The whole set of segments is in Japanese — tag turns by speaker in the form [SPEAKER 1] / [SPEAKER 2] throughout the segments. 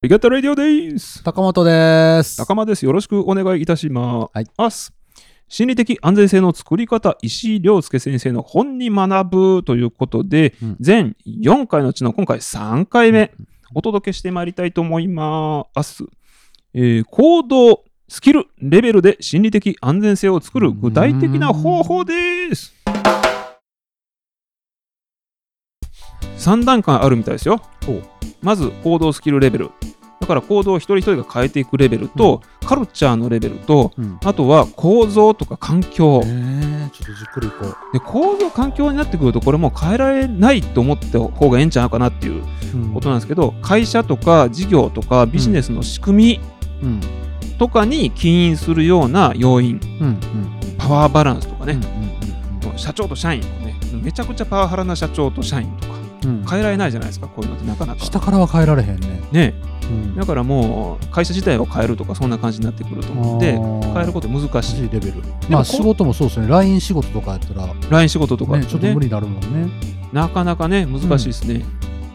[SPEAKER 1] ビゲットレディオです。
[SPEAKER 2] 高本です。
[SPEAKER 1] 仲間です。よろしくお願いいたします。
[SPEAKER 2] はい
[SPEAKER 1] 心理的安全性の作り方、石井亮介先生の本に学ぶということで、
[SPEAKER 2] うん
[SPEAKER 1] 全4回のうちの今回3回目、お届けしてまいりたいと思います。えー行動、スキル、レベルで心理的安全性を作る具体的な方法です。3段階あるみたいですよ。まず行動スキルレベル。だから行動を一人一人が変えていくレベルと、カルチャーのレベルと、
[SPEAKER 2] うん。
[SPEAKER 1] あとは構造とか環境
[SPEAKER 2] え。ー、ちょっとじっくりいこう。
[SPEAKER 1] で構造、環境になってくると、これもう変えられないと思った方がええんちゃうかなっていう
[SPEAKER 2] うん
[SPEAKER 1] ことなんですけど、会社とか事業とかビジネスの仕組
[SPEAKER 2] うん。
[SPEAKER 1] みとかに起因するような要因、
[SPEAKER 2] うん。うん。
[SPEAKER 1] パワーバランスとかね、
[SPEAKER 2] う
[SPEAKER 1] 社長と社員とかね、めちゃくちゃパワハラな社長と社員とか、
[SPEAKER 2] ん。うん。
[SPEAKER 1] 変えられないじゃないですか、こういうのってなかなか。
[SPEAKER 2] 下からは変えられへんね。
[SPEAKER 1] ね、
[SPEAKER 2] うん。
[SPEAKER 1] だからもう会社自体を変えるとかそんな感じになってくると思うんで変えることと難し
[SPEAKER 2] し
[SPEAKER 1] い
[SPEAKER 2] いレベル。
[SPEAKER 1] も
[SPEAKER 2] ま
[SPEAKER 1] こ
[SPEAKER 2] あ仕事もそうですね。LINE 仕事とかやったら、
[SPEAKER 1] LINE 仕事とかって
[SPEAKER 2] ね、ちょっと無理になるもんね。
[SPEAKER 1] なかなかね難しいですね、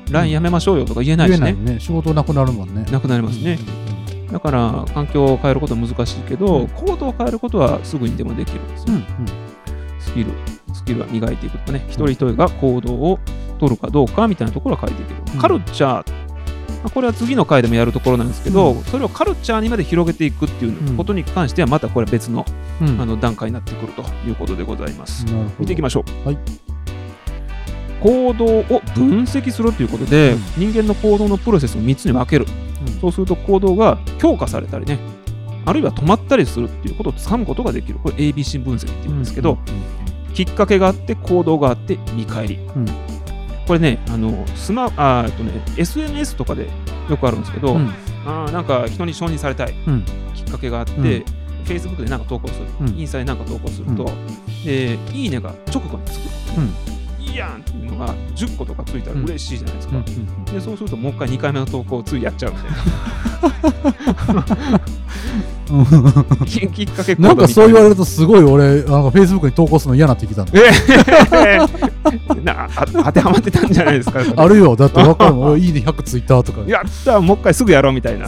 [SPEAKER 2] うん
[SPEAKER 1] LINE やめましょうよとか言えない
[SPEAKER 2] 言え
[SPEAKER 1] し
[SPEAKER 2] な
[SPEAKER 1] ね
[SPEAKER 2] いね。仕事なくなるもんね。
[SPEAKER 1] なくなりますね、だから環境を変えることは難しいけど、
[SPEAKER 2] うん
[SPEAKER 1] 行動を変えることはすぐにでもできるんですよ、
[SPEAKER 2] うん。うん。
[SPEAKER 1] スキルスキルは磨いていくとかね一人一人が行動を取るかどうかみたいなところは変えていける、
[SPEAKER 2] うん
[SPEAKER 1] カルチャーまあこれは次の回でもやるところなんですけど、
[SPEAKER 2] う
[SPEAKER 1] それをカルチャーにまで広げていくっていうことに関してはまたこれは別の,、
[SPEAKER 2] うん。うん
[SPEAKER 1] あの段階になってくるということでございます。
[SPEAKER 2] なるほど。
[SPEAKER 1] 見ていきま
[SPEAKER 2] し
[SPEAKER 1] しょう、
[SPEAKER 2] はい
[SPEAKER 1] 行動を分析するということで、
[SPEAKER 2] うん
[SPEAKER 1] 人間の行動のプロセスを3つに分けるそうすると行動が強化されたりねあるいは止まったりするっていうことをつかむことができるこれ ABC 分析って言うんですけど、。きっかけがあって行動があって見返り、
[SPEAKER 2] うん
[SPEAKER 1] これねあのスマあーえっとね SNS とかでよくあるんですけど、
[SPEAKER 2] うん。
[SPEAKER 1] あーなんか人に承認されたい、
[SPEAKER 2] うん
[SPEAKER 1] きっかけがあって、
[SPEAKER 2] うん
[SPEAKER 1] Facebook でなんか投稿する、
[SPEAKER 2] うん
[SPEAKER 1] インスタでなんか投稿すると、
[SPEAKER 2] う
[SPEAKER 1] でいいねが直後につく、いいやんっていうのが10個とかついたら嬉しいじゃないですか、でそうするともう一回2回目の投稿をついやっちゃうみたいなききっかけ行動みたい
[SPEAKER 2] なんかそう言われるとすごい俺、なんか Facebook に投稿するの嫌なってきたの。
[SPEAKER 1] なあ当てはまってたんじゃないですか
[SPEAKER 2] あるよ。だってわかるもん。俺いいね100ツイッターとか。
[SPEAKER 1] やったもう一回すぐやろうみたいな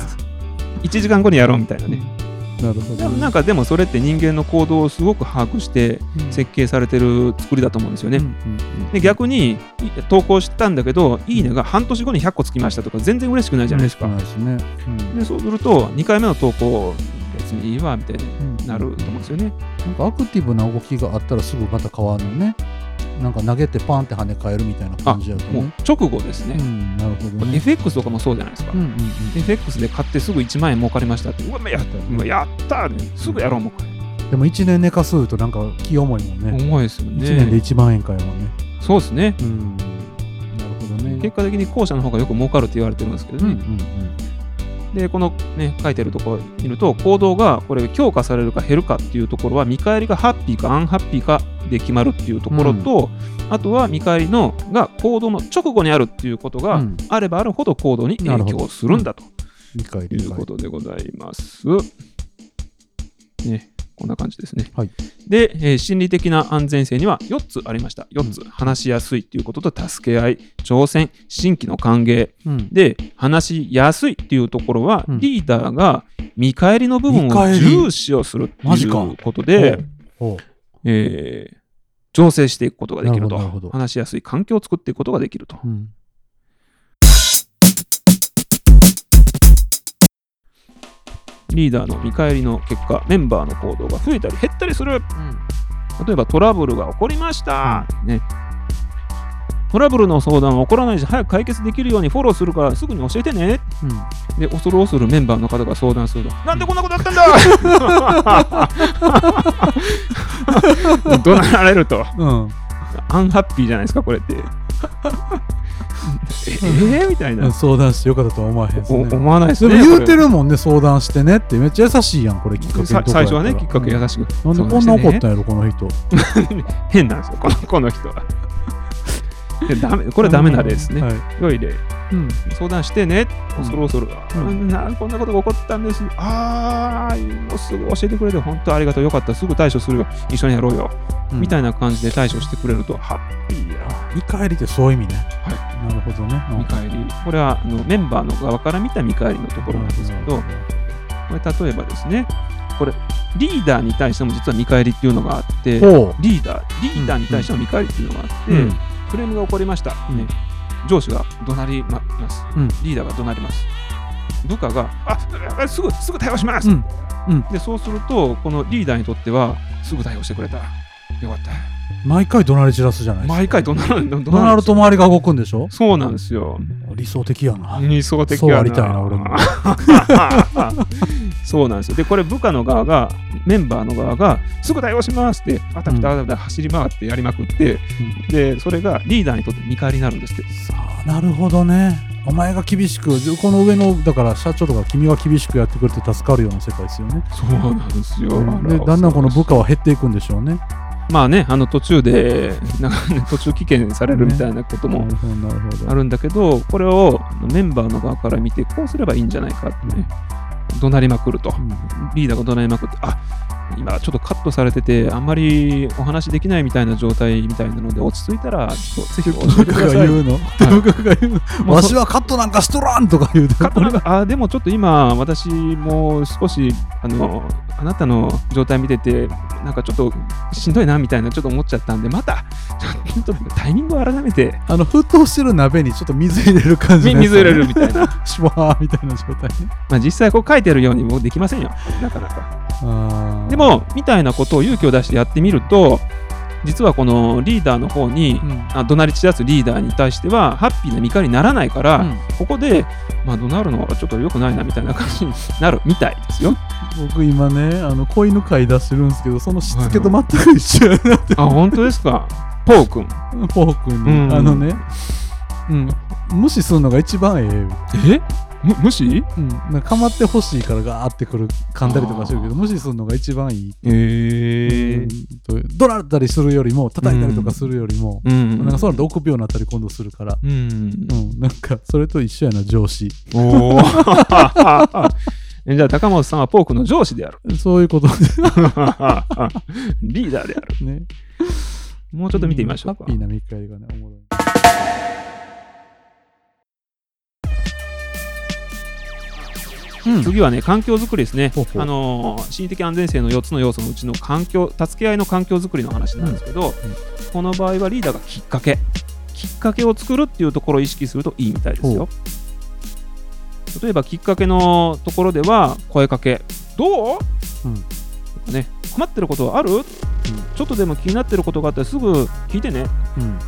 [SPEAKER 1] 1時間後にやろうみたいなね
[SPEAKER 2] なるほ
[SPEAKER 1] で
[SPEAKER 2] ど。
[SPEAKER 1] もなんかでもそれって人間の行動をすごく把握して設計されてる作りだと思うんですよね、で逆にい投稿したんだけど「いいね」が半年後に100個つきましたとか全然嬉しくないじゃないですか、
[SPEAKER 2] ないしね。
[SPEAKER 1] でそうすると2回目の投稿別にいいわみたいに
[SPEAKER 2] うん
[SPEAKER 1] なると思うんですよね
[SPEAKER 2] なんかアクティブな動きがあったらすぐまた変わるのね。なんか投げてパンって跳ね返るみたいな感じやと
[SPEAKER 1] もう
[SPEAKER 2] ね。
[SPEAKER 1] 直後ですね
[SPEAKER 2] う、ん、なるほどね。
[SPEAKER 1] FX とかもそうじゃないですか、
[SPEAKER 2] うんうんうん
[SPEAKER 1] FX で買ってすぐ1万円儲かりましたってうわやったうわやったーすぐやろうもう一
[SPEAKER 2] でも1年寝かすとなんか気重いもん
[SPEAKER 1] 回
[SPEAKER 2] ね。
[SPEAKER 1] 重いですよ
[SPEAKER 2] 1年で
[SPEAKER 1] ね
[SPEAKER 2] 1万円かよもんね。
[SPEAKER 1] そうですね
[SPEAKER 2] うん。なるほどね。
[SPEAKER 1] 結果的に後者の方がよく儲かると言われてるんですけど
[SPEAKER 2] うんうん
[SPEAKER 1] ね、でこのね書いてるところ見ると行動がこれ強化されるか減るかっていうところは見返りがハッピーかアンハッピーかで決まるっていうところと、あとは見返りのが行動の直後にあるっていうこと
[SPEAKER 2] う
[SPEAKER 1] が
[SPEAKER 2] ん。
[SPEAKER 1] あればあるほど行動に影響するんだと
[SPEAKER 2] 理解
[SPEAKER 1] と
[SPEAKER 2] 理
[SPEAKER 1] いう
[SPEAKER 2] 解
[SPEAKER 1] こ。とでございます。ね、こんな感じですね。
[SPEAKER 2] はい
[SPEAKER 1] で、えー心理的な安全性には4つありました。4つ、話しやすいということと、助け合い、挑戦、新規の歓迎。
[SPEAKER 2] うん。
[SPEAKER 1] で、話しやすいっていうところは、
[SPEAKER 2] うん
[SPEAKER 1] リーダーが見返りの部分
[SPEAKER 2] 見
[SPEAKER 1] を
[SPEAKER 2] 返り
[SPEAKER 1] 重視をすると
[SPEAKER 2] マ
[SPEAKER 1] い
[SPEAKER 2] ジか
[SPEAKER 1] うことで、
[SPEAKER 2] ほう
[SPEAKER 1] えー調整していくことができると
[SPEAKER 2] なるほどなるほど
[SPEAKER 1] 話しやすい環境を作っていくことができると。
[SPEAKER 2] うん。
[SPEAKER 1] リーダーの見返りの結果、メンバーの行動が増えたり減ったりする。例えばトラブルが起こりました、ね、トラブルの相談は起こらないし早く解決できるようにフォローするからすぐに教えてね
[SPEAKER 2] うん。
[SPEAKER 1] で恐る恐るメンバーの方が相談するとなんでこんなことやったんだ怒鳴られると
[SPEAKER 2] うん。
[SPEAKER 1] アンハッピーじゃないですかこれってええーみたい
[SPEAKER 2] うん
[SPEAKER 1] な、
[SPEAKER 2] 相談してよかったとは思わへんです
[SPEAKER 1] お
[SPEAKER 2] ね。
[SPEAKER 1] 思わないです
[SPEAKER 2] でも
[SPEAKER 1] ね
[SPEAKER 2] 言うて
[SPEAKER 1] こ
[SPEAKER 2] るもんね、相談してねって。めっちゃ優しいやん、これ、きっかけ
[SPEAKER 1] れ
[SPEAKER 2] の
[SPEAKER 1] さ
[SPEAKER 2] とこやっ
[SPEAKER 1] 最
[SPEAKER 2] た
[SPEAKER 1] 初
[SPEAKER 2] ら
[SPEAKER 1] はねきっかけ優しく
[SPEAKER 2] なんでこんな怒ったんやろ、この人。
[SPEAKER 1] 変なんですよこのこの人はでダメこれダメな例ですね、
[SPEAKER 2] はい。
[SPEAKER 1] 良い例うん、相談してね、
[SPEAKER 2] うん
[SPEAKER 1] そろそろ、あ
[SPEAKER 2] うん
[SPEAKER 1] んなこんなことが起こったんです、ああ、もうすぐ教えてくれて、本当ありがとう、よかった、すぐ対処するよ、一緒にやろうよ、みた
[SPEAKER 2] い
[SPEAKER 1] いな感じで対処してくれると、ハッピーや、
[SPEAKER 2] 見返りってそういう意味ね、なるほどね
[SPEAKER 1] 見返り、これはあのメンバーの側から見た見返りのところなんですけど、これ、例えばですね、これ、リーダーに対しても実は見返りっていうのがあって、
[SPEAKER 2] ほ
[SPEAKER 1] リーダー、リーダーに対しての見返りっていうのがあって、
[SPEAKER 2] う、うん
[SPEAKER 1] クレームが起こりました、
[SPEAKER 2] うん
[SPEAKER 1] ね上司が怒鳴ります、
[SPEAKER 2] うん
[SPEAKER 1] リーダーが怒鳴ります部下がああすぐすぐ対応します、
[SPEAKER 2] うんうん
[SPEAKER 1] でそうするとこのリーダーにとってはすぐ対応してくれたよかった
[SPEAKER 2] 毎回怒鳴り散らすじゃないですか
[SPEAKER 1] 毎回怒鳴る怒鳴る
[SPEAKER 2] 怒鳴ると周りが動くんでしょ
[SPEAKER 1] そうなんですよ
[SPEAKER 2] 理想的やな、
[SPEAKER 1] 理想的
[SPEAKER 2] そう
[SPEAKER 1] や
[SPEAKER 2] ありたいな俺も
[SPEAKER 1] そうなんですよでこれ部下の側がメンバーの側がすぐ対応しますってあたふたあたふた走り回ってやりまくって、でそれがリーダーにとって見返りになるんですって
[SPEAKER 2] さあなるほどねお前が厳しくこの上のだから社長とか君が厳しくやってくれて助かるような世界ですよね
[SPEAKER 1] そうなんですよ。
[SPEAKER 2] でだんだんこの部下は減っていくんでしょうね
[SPEAKER 1] まあね、あの途中で、なんかね、途中棄権されるみたいなこと
[SPEAKER 2] な
[SPEAKER 1] も
[SPEAKER 2] るほどなるほど
[SPEAKER 1] あるんだけど、これをメンバーの側から見て、こうすればいいんじゃないかってね、怒鳴りまくると、リーダーが怒鳴りまくって、あ今ちょっとカットされてて、あんまりお話できないみたいな状態みたいなので、落ち着いたら、ちょっとぜひ教えて
[SPEAKER 2] 部
[SPEAKER 1] く
[SPEAKER 2] 下
[SPEAKER 1] だ
[SPEAKER 2] が
[SPEAKER 1] さい。
[SPEAKER 2] 言うの、
[SPEAKER 1] い
[SPEAKER 2] 部下が言うの
[SPEAKER 1] もう
[SPEAKER 2] わ
[SPEAKER 1] そ
[SPEAKER 2] しはカットなんかしとらんとか言うて
[SPEAKER 1] カットなんかあでもちょっと今、私もう少しあのあなたの状態見てて、なんかちょっとしんどいなみたいな、ちょっと思っちゃったんで、またちょっとタイミングを改めて、
[SPEAKER 2] あの沸騰してる鍋にちょっと水入れる感じ
[SPEAKER 1] み
[SPEAKER 2] のやつ
[SPEAKER 1] 水入れるみたいな、
[SPEAKER 2] シュワーみたいな状態ね
[SPEAKER 1] まあ、実際、こう書いてるようにもうできませんよ、なかなか。
[SPEAKER 2] あー
[SPEAKER 1] でも、みたいなことを勇気を出してやってみると、実はこのリーダーの方に
[SPEAKER 2] う、ん
[SPEAKER 1] あ怒鳴り散らすリーダーに対しては、ハッピーな見返りにならないから、ここで、まあ、怒鳴るのはちょっと良くないなみたいな感じになるみたいですよ。
[SPEAKER 2] 僕今ねあの子犬飼い出してるんですけどそのしつけと全く一 緒やなって、
[SPEAKER 1] あ、本当ですか。ポー君。
[SPEAKER 2] ポー君に、
[SPEAKER 1] うん
[SPEAKER 2] あのね、うん、無視するのが一番ええ、
[SPEAKER 1] えむ無視
[SPEAKER 2] うん、なんかまってほしいからガーってくる噛んだりとかしてるけ
[SPEAKER 1] あ
[SPEAKER 2] ど無視するのが一番いい、
[SPEAKER 1] えー
[SPEAKER 2] うんと怒鳴ったりするよりも叩いたりとかするよりも、
[SPEAKER 1] うん
[SPEAKER 2] なんかそうなると臆病になったり今度するから、
[SPEAKER 1] うん
[SPEAKER 2] うん、なんかそれと一緒やな上司
[SPEAKER 1] おお じゃあ高本さんはポークの上 司である
[SPEAKER 2] そういうことです
[SPEAKER 1] リーダーである
[SPEAKER 2] ね
[SPEAKER 1] もうちょっと見てみましょうか
[SPEAKER 2] ハッピーな見返りがねおもろいうん
[SPEAKER 1] 次はね環境づくりですね
[SPEAKER 2] ほうほう
[SPEAKER 1] あのー心理的安全性の4つの要素のうちの環境助け合いの環境づくりの話なんですけど、この場合はリーダーがきっかけきっかけを作るっていうところを意識するといいみたいです
[SPEAKER 2] ほ
[SPEAKER 1] よ例えばきっかけのところでは声かけどう、
[SPEAKER 2] うん
[SPEAKER 1] とかね、困ってることはある、ちょっとでも気になってることがあったらすぐ聞いてね
[SPEAKER 2] うん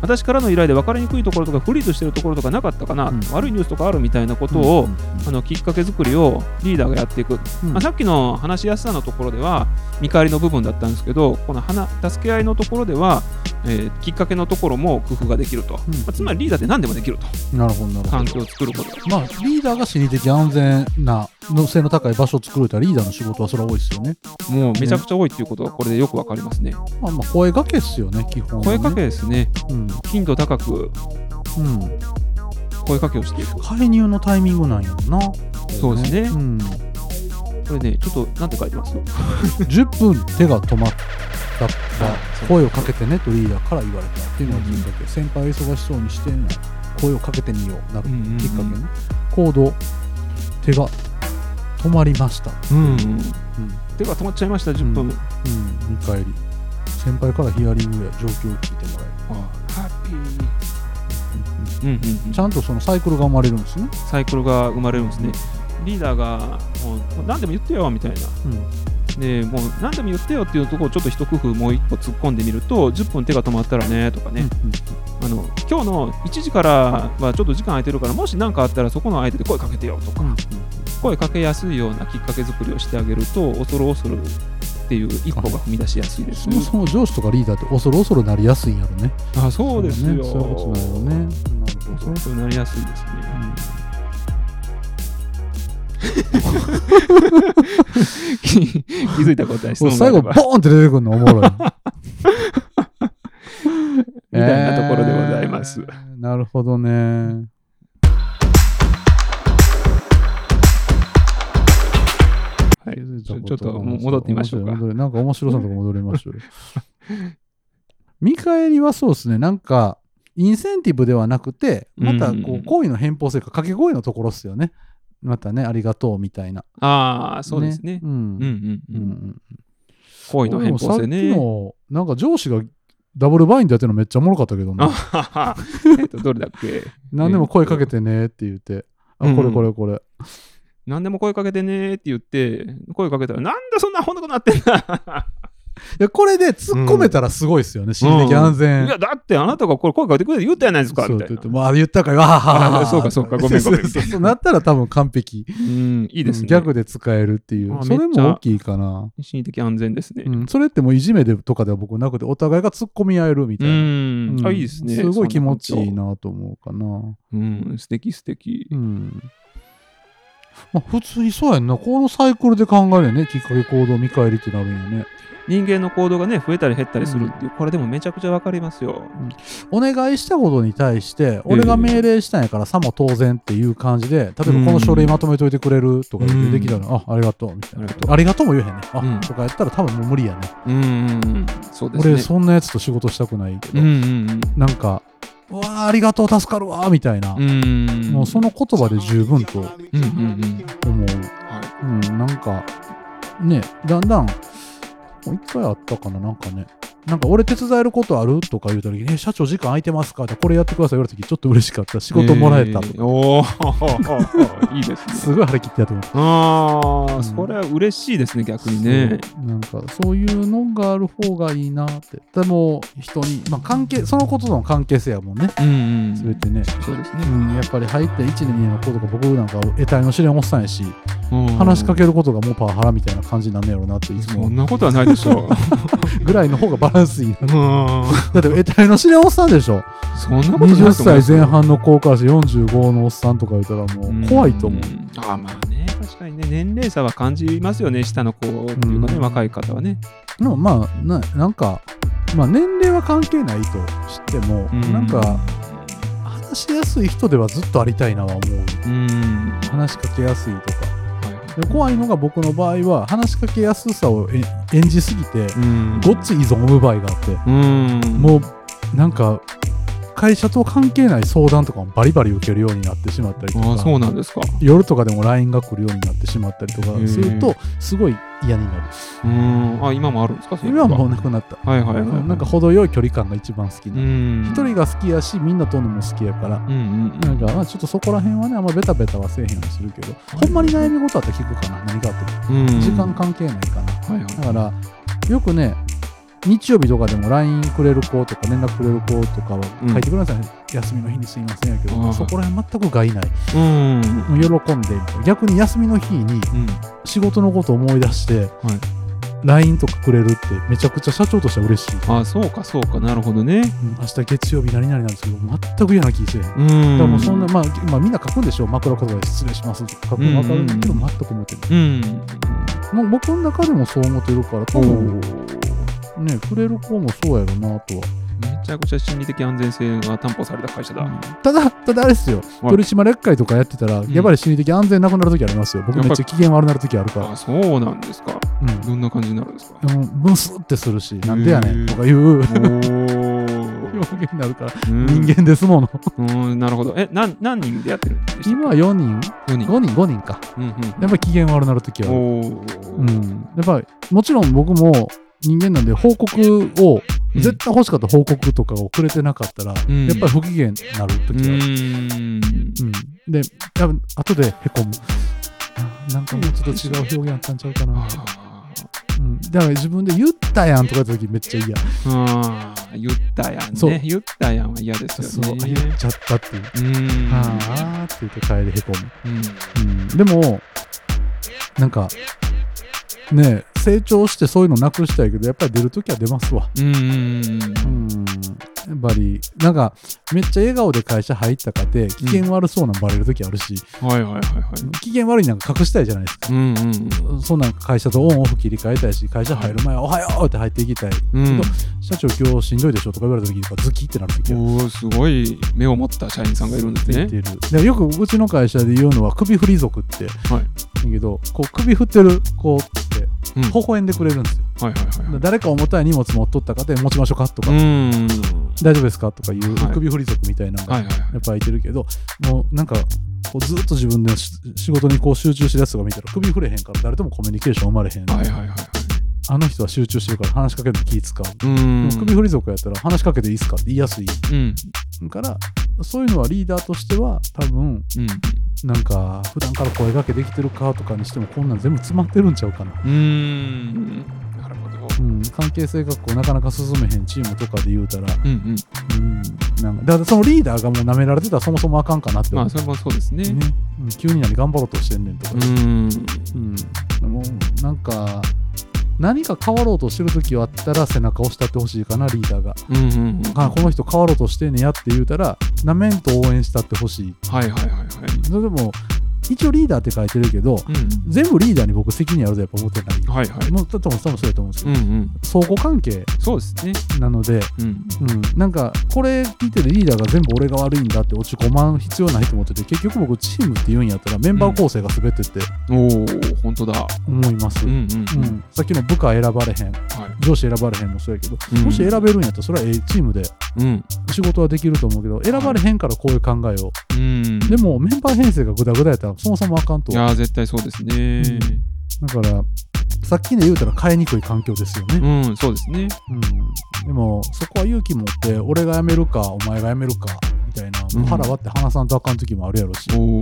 [SPEAKER 1] 私からの依頼で分かりにくいところとかフリーとしてるところとかなかったかな、
[SPEAKER 2] うん
[SPEAKER 1] 悪いニュースとかあるみたいなことを、
[SPEAKER 2] うん
[SPEAKER 1] あのきっかけ作りをリーダーがやっていく、
[SPEAKER 2] うん
[SPEAKER 1] まあ、さっきの話しやすさのところでは見返りの部分だったんですけどこの花助け合いのところでは、えーきっかけのところも工夫ができると、
[SPEAKER 2] うん
[SPEAKER 1] まあつまりリーダーって何でもできると
[SPEAKER 2] なるほどなるほど
[SPEAKER 1] 環境を作ること
[SPEAKER 2] まあ、リーダーが心理的安全な能性の高い場所を作るとリーダーの仕事はそれは多いですよね。
[SPEAKER 1] もうめちゃくちゃ多いっていうことはこれでよくわかりますね
[SPEAKER 2] まあ、まあ声掛けっすよね、基本はね、
[SPEAKER 1] 声かけですね
[SPEAKER 2] うん、
[SPEAKER 1] 頻度高く
[SPEAKER 2] うん。
[SPEAKER 1] 声かけをしていく
[SPEAKER 2] 介入のタイミングなんやろな。
[SPEAKER 1] そうですね
[SPEAKER 2] うん、
[SPEAKER 1] これねちょっとなんて書いてます
[SPEAKER 2] 10分手が止まったから声をかけてねとリーダーから言われたっていうのがきっかけ。先輩を忙しそうにしてんの声をかけてみようなるきっかけね。行動、手が止まりました。
[SPEAKER 1] うんうん
[SPEAKER 2] うん
[SPEAKER 1] 手が止まっちゃいました10分、
[SPEAKER 2] うんうん、見返り。先輩からヒアリングや状況を聞いてもらえる。
[SPEAKER 1] ハッピーうんうんうん
[SPEAKER 2] ちゃんとそのサイクルが生まれるんですね。
[SPEAKER 1] サイクルが生まれるんですね。リーダーがもうもう何でも言ってよみたいな。でもう何でも言ってよっていうところをちょっと一工夫もう一個突っ込んでみると10分手が止まったらねとかね、あの今日の1時からはちょっと時間空いてるからもし何かあったらそこの相手で声かけてよとか、声かけやすいようなきっかけ作りをしてあげると恐る恐るっていう一歩が踏み出しやすいです
[SPEAKER 2] そ
[SPEAKER 1] ね
[SPEAKER 2] も。そも上司とかリーダーって恐る恐るなりやすいんやろね。
[SPEAKER 1] あそうですよ。
[SPEAKER 2] そういうことなんだよね。
[SPEAKER 1] そういうことになりやすいですね。気づいたことは質
[SPEAKER 2] もう
[SPEAKER 1] 問
[SPEAKER 2] 最後、
[SPEAKER 1] があ
[SPEAKER 2] ボ
[SPEAKER 1] れ
[SPEAKER 2] ー
[SPEAKER 1] ば
[SPEAKER 2] ンって出てく るのおもろい。
[SPEAKER 1] みたいなところでございます
[SPEAKER 2] えーなるほどね。
[SPEAKER 1] はい、ちょちょっと戻ってみましょうか。
[SPEAKER 2] 戻れなんか面白さのとこ戻りまし ょうよ。見返りはそうですね、なんか、インセンティブではなくて、また
[SPEAKER 1] うんう
[SPEAKER 2] こ
[SPEAKER 1] ん
[SPEAKER 2] う、行為の偏方性か、掛け声のところっすよね。またね、ありがとうみたいな。
[SPEAKER 1] ああ、そうですね。
[SPEAKER 2] う
[SPEAKER 1] うん
[SPEAKER 2] ん。
[SPEAKER 1] うんう。
[SPEAKER 2] うんん
[SPEAKER 1] 恋の変更性
[SPEAKER 2] 俺
[SPEAKER 1] ね。
[SPEAKER 2] もさっきの、なんか上司がダブルバインドやってるのめっちゃおもろかったけど
[SPEAKER 1] あ
[SPEAKER 2] ね。
[SPEAKER 1] はは えっと、どれだっけ
[SPEAKER 2] 何でも声かけてねって言って、
[SPEAKER 1] う
[SPEAKER 2] あ、
[SPEAKER 1] ん
[SPEAKER 2] これこれこれ。
[SPEAKER 1] 何でも声かけてねーって言って、声かけたら、なんでそんなほんなくなってんだ
[SPEAKER 2] いや、これで突っ込めたらすごいっすよね、心理的安全。
[SPEAKER 1] いや、だってあなたがこれ声かけてくれて言ったやないですか
[SPEAKER 2] そう
[SPEAKER 1] み
[SPEAKER 2] ったて言
[SPEAKER 1] いな
[SPEAKER 2] って、。まあ言ったから、わははは
[SPEAKER 1] あそうかそう かごめんごめん
[SPEAKER 2] そうそうそうなったら多分完璧。
[SPEAKER 1] うん、いいですね。
[SPEAKER 2] ギャグで使えるってい
[SPEAKER 1] あ
[SPEAKER 2] う。それ
[SPEAKER 1] めっちゃ
[SPEAKER 2] も大きいかな。
[SPEAKER 1] 心理的安全ですね
[SPEAKER 2] う。ん、それってもういじめでとかでは僕なくて、お互いが突っ込み合えるみた
[SPEAKER 1] う
[SPEAKER 2] いな。
[SPEAKER 1] ん
[SPEAKER 2] う。ん
[SPEAKER 1] あ、いいですね。
[SPEAKER 2] すごい気持ちいい
[SPEAKER 1] そんな
[SPEAKER 2] なと思うかな。
[SPEAKER 1] 環境。うん、素敵素敵
[SPEAKER 2] う。ん。まあ普通にそうやんな。このサイクルで考えるよね。きっかけ行動見返りってなるんよね。
[SPEAKER 1] 人間の行動がね、増えたり減ったりするっていう、これでもめちゃくちゃわかりますよ。
[SPEAKER 2] お願いしたことに対して、俺が命令したんやからさも当然っていう感じで、例えばこの書類まとめといてくれるとか言ってできたら、あ、ありがとうみたいな。ありがとうも言えへんね。あ、
[SPEAKER 1] うん
[SPEAKER 2] とかやったら多分もう無理やね。
[SPEAKER 1] うんうんうん、そうですね。
[SPEAKER 2] 俺そんなやつと仕事したくないけ
[SPEAKER 1] う
[SPEAKER 2] ど、
[SPEAKER 1] んうん
[SPEAKER 2] なんか「うわーありがとう助かるわ」みたいな、
[SPEAKER 1] うん。うん。
[SPEAKER 2] もうその言葉で十分と思
[SPEAKER 1] うんうんうん。
[SPEAKER 2] う、
[SPEAKER 1] はい。
[SPEAKER 2] うん、なんかねだんだんもう一回あったかななんかねなんか俺手伝えることあるとか言うた時に「え社長時間空いてますか?」ってこれやってください言われた時ちょっと嬉しかった仕事もらえた、
[SPEAKER 1] ーおお いいです
[SPEAKER 2] す
[SPEAKER 1] ね。
[SPEAKER 2] ごい張り切ってやってもらっ
[SPEAKER 1] ああ、
[SPEAKER 2] うん
[SPEAKER 1] それは嬉しいですね、逆
[SPEAKER 2] た
[SPEAKER 1] にね。
[SPEAKER 2] そうなんかそういうのがある方がいいなってでも人に、まあ、関係そのこととの関係性やもんね
[SPEAKER 1] うんうん。
[SPEAKER 2] 全てね
[SPEAKER 1] そうですね。
[SPEAKER 2] うん、やっぱり入って1年2の子とか僕なんか得体の知れんおっさんやし、
[SPEAKER 1] うん
[SPEAKER 2] 話しかけることがもうパワハラみたいな感じになんねやろなっていつ
[SPEAKER 1] そ
[SPEAKER 2] も
[SPEAKER 1] んなことはないでしょう。
[SPEAKER 2] ぐらいの方がバランスいいな
[SPEAKER 1] うん。
[SPEAKER 2] だって得体の知れんおっさんでしょ
[SPEAKER 1] そんなことないと
[SPEAKER 2] 20
[SPEAKER 1] 思いますよ
[SPEAKER 2] 歳前半の子からして45のおっさんとかいたらもう怖いと思う、
[SPEAKER 1] んああ、まあね、確かにね、年齢差は感じますよね、下の子っていうかね、
[SPEAKER 2] うん
[SPEAKER 1] 若い方はね。
[SPEAKER 2] でもまあななんか、まあ、年齢は関係ないとしても、
[SPEAKER 1] うん
[SPEAKER 2] なんか、話しやすい人ではずっとありたいなは思う
[SPEAKER 1] うん。は
[SPEAKER 2] 話しかけやすいとか
[SPEAKER 1] い
[SPEAKER 2] で怖いのが僕の場合は話しかけやすさをえ演じすぎて、
[SPEAKER 1] うん。
[SPEAKER 2] ごっつい依存を生む場合があって、
[SPEAKER 1] うん。
[SPEAKER 2] もうなんか会社と関係ない相談とかもバリバリ受けるようになってしまったりと
[SPEAKER 1] あ
[SPEAKER 2] か
[SPEAKER 1] あ、そうなんですか。
[SPEAKER 2] 夜とかでも LINE が来るようになってしまったりと
[SPEAKER 1] へえ
[SPEAKER 2] かするとすごい嫌になる
[SPEAKER 1] うん。あ、今もあるんですか
[SPEAKER 2] 今はもう
[SPEAKER 1] ね。
[SPEAKER 2] なくなった、
[SPEAKER 1] はいはいはい。
[SPEAKER 2] なんか、程よい距離感が一番好き
[SPEAKER 1] う
[SPEAKER 2] な、
[SPEAKER 1] ん。
[SPEAKER 2] 一人が好きやしみんなとのも好きやから
[SPEAKER 1] うんうん
[SPEAKER 2] なんかまあちょっとそこら辺はねあんまベタベタはせえへんようにするけどほんまに悩み事あったら聞くかな何かあっても
[SPEAKER 1] うん、うん
[SPEAKER 2] 時間関係ないかな
[SPEAKER 1] はいはい
[SPEAKER 2] だからよくね日曜日とかでも LINE くれる子とか連絡くれる子とかは
[SPEAKER 1] うん
[SPEAKER 2] 書いてくださいね、休みの日にすいませんやけど、
[SPEAKER 1] はいはい
[SPEAKER 2] そこら辺全く害ない
[SPEAKER 1] うん
[SPEAKER 2] もう喜んでみたいな逆に休みの日に
[SPEAKER 1] うん
[SPEAKER 2] 仕事のこと思い出して、LINE とかくれるってめちゃくちゃ社長としては嬉しい、
[SPEAKER 1] あそうかそうかなるほどね
[SPEAKER 2] うん明日月曜日何々なんですけど全く嫌な気せえへんだか
[SPEAKER 1] うん
[SPEAKER 2] らもうそんな、まあ、まあみんな書くんでしょ枕言葉で失礼しますとか書くの分かるんだけど、
[SPEAKER 1] うん
[SPEAKER 2] 全く思ってない
[SPEAKER 1] うん
[SPEAKER 2] もう僕の中でもそう思ってるから多分ねくれる子もそうやろなとは
[SPEAKER 1] めちゃくちゃ心理的安全性が担保された会社だ、
[SPEAKER 2] ただ、ただあれですよ、
[SPEAKER 1] い
[SPEAKER 2] 取締役会とかやってたら、
[SPEAKER 1] ん
[SPEAKER 2] やっぱり心理的安全なくなる時ありますよ。僕
[SPEAKER 1] やっ
[SPEAKER 2] め
[SPEAKER 1] ぱ
[SPEAKER 2] っ
[SPEAKER 1] り
[SPEAKER 2] ちゃ機嫌悪なる時あるから
[SPEAKER 1] あ。そうなんですか
[SPEAKER 2] うん
[SPEAKER 1] どんな感じになるんですか
[SPEAKER 2] でもブスってするし、なんでやね
[SPEAKER 1] へー
[SPEAKER 2] んとかいう
[SPEAKER 1] お ー
[SPEAKER 2] 表現になるから、
[SPEAKER 1] うん
[SPEAKER 2] 人間ですもの。
[SPEAKER 1] うんなるほどえなん何人でやってるんでした
[SPEAKER 2] 今は4人
[SPEAKER 1] 4人
[SPEAKER 2] ?5 人、5人か。
[SPEAKER 1] うん
[SPEAKER 2] やっぱり機嫌悪なる時
[SPEAKER 1] う
[SPEAKER 2] は
[SPEAKER 1] ん
[SPEAKER 2] ある。
[SPEAKER 1] お
[SPEAKER 2] う
[SPEAKER 1] ー
[SPEAKER 2] ん。やっぱり、もちろん僕も人間なんで、報告を、
[SPEAKER 1] うん
[SPEAKER 2] 絶対欲しかった報告とかをくれてなかったら、
[SPEAKER 1] ん
[SPEAKER 2] やっぱり不機嫌になる
[SPEAKER 1] う
[SPEAKER 2] 時はある。
[SPEAKER 1] ん
[SPEAKER 2] うん。で、多分後でへこむ。あなんかもうちょっと違う表現あったんちゃうかな。
[SPEAKER 1] あ
[SPEAKER 2] う
[SPEAKER 1] ー
[SPEAKER 2] ん、だから自分で言ったやんとか言った時めっちゃ嫌
[SPEAKER 1] あー言ったやん
[SPEAKER 2] そう
[SPEAKER 1] ね言ったやんは嫌です
[SPEAKER 2] そう
[SPEAKER 1] よね
[SPEAKER 2] 言っちゃったっていう、
[SPEAKER 1] うん
[SPEAKER 2] ああって言って帰りへこ
[SPEAKER 1] うん
[SPEAKER 2] む、うん、でもなんかねえ成長してそういうのなくしたいけどやっぱり出る時は出ますわ、
[SPEAKER 1] うんうんうんうん
[SPEAKER 2] うん、んバリなんかめっちゃ笑顔で会社入ったかて機嫌悪そうなんバレる時あるし、
[SPEAKER 1] はいはいはいは
[SPEAKER 2] 機嫌悪いなんか隠したいじゃないですか
[SPEAKER 1] い。うんうん
[SPEAKER 2] そんなん会社とオンオフ切り替えたいし会社入る前は「おはよう!」って入っていきたい、
[SPEAKER 1] うん。うん
[SPEAKER 2] 社長今日しんどいでしょとか言われた時にズキってなる時が
[SPEAKER 1] おおすごい目を持った社員さんがいるんです
[SPEAKER 2] 出
[SPEAKER 1] ね
[SPEAKER 2] て。る、でよくうちの会社で言うのは首振り族って、
[SPEAKER 1] はい
[SPEAKER 2] だけどこう首振ってる子って
[SPEAKER 1] うん
[SPEAKER 2] 微笑んでくれるんですよ、
[SPEAKER 1] はいはいはいはい。
[SPEAKER 2] 誰か重たい荷物持っとったかで持ちましょうかとか、
[SPEAKER 1] うん。
[SPEAKER 2] 大丈夫ですかとかいう
[SPEAKER 1] はい
[SPEAKER 2] 首振り族みたいなのが
[SPEAKER 1] はいはい
[SPEAKER 2] やっ
[SPEAKER 1] はい。
[SPEAKER 2] ぱ空いてるけど、もうなんかこうずっと自分でし仕事にこう集中してるやつが見たら首振れへんから誰ともコミュニケーション生まれへん、
[SPEAKER 1] はいはいはいはい。
[SPEAKER 2] あの人は集中してるから話しかけるの気使う、
[SPEAKER 1] うん
[SPEAKER 2] でも首振り族やったら話しかけていいっすかって言いやすい
[SPEAKER 1] うん
[SPEAKER 2] からそういうのはリーダーとしては多分
[SPEAKER 1] うん
[SPEAKER 2] なんか普段から声掛けできてるかとかにしてもこんなん全部詰まってるんちゃうかな、
[SPEAKER 1] うん。なるほど。
[SPEAKER 2] うん、関係性がこうなかなか進めへんチームとかで言うたら、
[SPEAKER 1] うんうん。
[SPEAKER 2] うん、なんかだからそのリーダーがもう舐められてたらそもそもあかんかなって思
[SPEAKER 1] まあ
[SPEAKER 2] う、
[SPEAKER 1] それもそうですね。
[SPEAKER 2] ねうん、急に何頑張ろうとしてんねんとか
[SPEAKER 1] う、ん。
[SPEAKER 2] うんもうなんか何か変わろうとしてる時はあったら背中を押したってほしいかなリーダーが
[SPEAKER 1] うんうんうん。
[SPEAKER 2] あこの人変わろうとしてんねやって言うたらなめんと応援したってほしい
[SPEAKER 1] はいはいはいはい。
[SPEAKER 2] それでも一応リーダーって書いてるけど
[SPEAKER 1] うん。
[SPEAKER 2] 全部リーダーに僕責任あるとやっぱ思ってない
[SPEAKER 1] はいはい。
[SPEAKER 2] もう多分多分そうやと思うんです
[SPEAKER 1] う
[SPEAKER 2] け
[SPEAKER 1] ん
[SPEAKER 2] ど、
[SPEAKER 1] うん。
[SPEAKER 2] 相互関係
[SPEAKER 1] そうですね。
[SPEAKER 2] なので、
[SPEAKER 1] うん。
[SPEAKER 2] うん、なんかこれ聞いてるリーダーが全部俺が悪いんだって落ち込まん必要ないと思ってて結局僕チームって言うんやったらメンバー構成が全てって
[SPEAKER 1] おお、本当だ。
[SPEAKER 2] 思います、
[SPEAKER 1] う
[SPEAKER 2] うん
[SPEAKER 1] んうん。
[SPEAKER 2] さっきの部下選ばれへん
[SPEAKER 1] は
[SPEAKER 2] 上司選ばれへんもそうやけど、
[SPEAKER 1] い。
[SPEAKER 2] もし選べるんやったらそれはええチームで
[SPEAKER 1] うん。
[SPEAKER 2] 仕事はできると思うけど選ばれへんからこういう考えを、
[SPEAKER 1] うん。
[SPEAKER 2] でもメンバー編成がグダグダやったらそもそもあかんと
[SPEAKER 1] い
[SPEAKER 2] だか
[SPEAKER 1] やー、絶対そうですね。
[SPEAKER 2] らさっきで言うたら変えにくい環境ですよね
[SPEAKER 1] うん、そうですね。
[SPEAKER 2] うん、でもそこは勇気持って俺が辞めるかお前が辞めるかみたいな、
[SPEAKER 1] うん
[SPEAKER 2] 腹割って話さんとあかん時もあるやろし、
[SPEAKER 1] お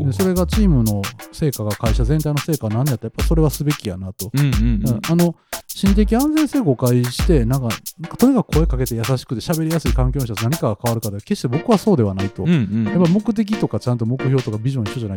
[SPEAKER 1] お。
[SPEAKER 2] でそれがチームの成果が会社全体の成果なんやったらやっぱそれはすべきやなと、
[SPEAKER 1] うんうん
[SPEAKER 2] うんあの心的安全性誤解してなんかなんかとにかく声かけて優しくて喋りやすい環境の人と何かが変わるかで決して僕はそうではないと、
[SPEAKER 1] うん。うんうん。
[SPEAKER 2] やっぱ目的とかちゃんと目標とかビジョン一緒じゃないと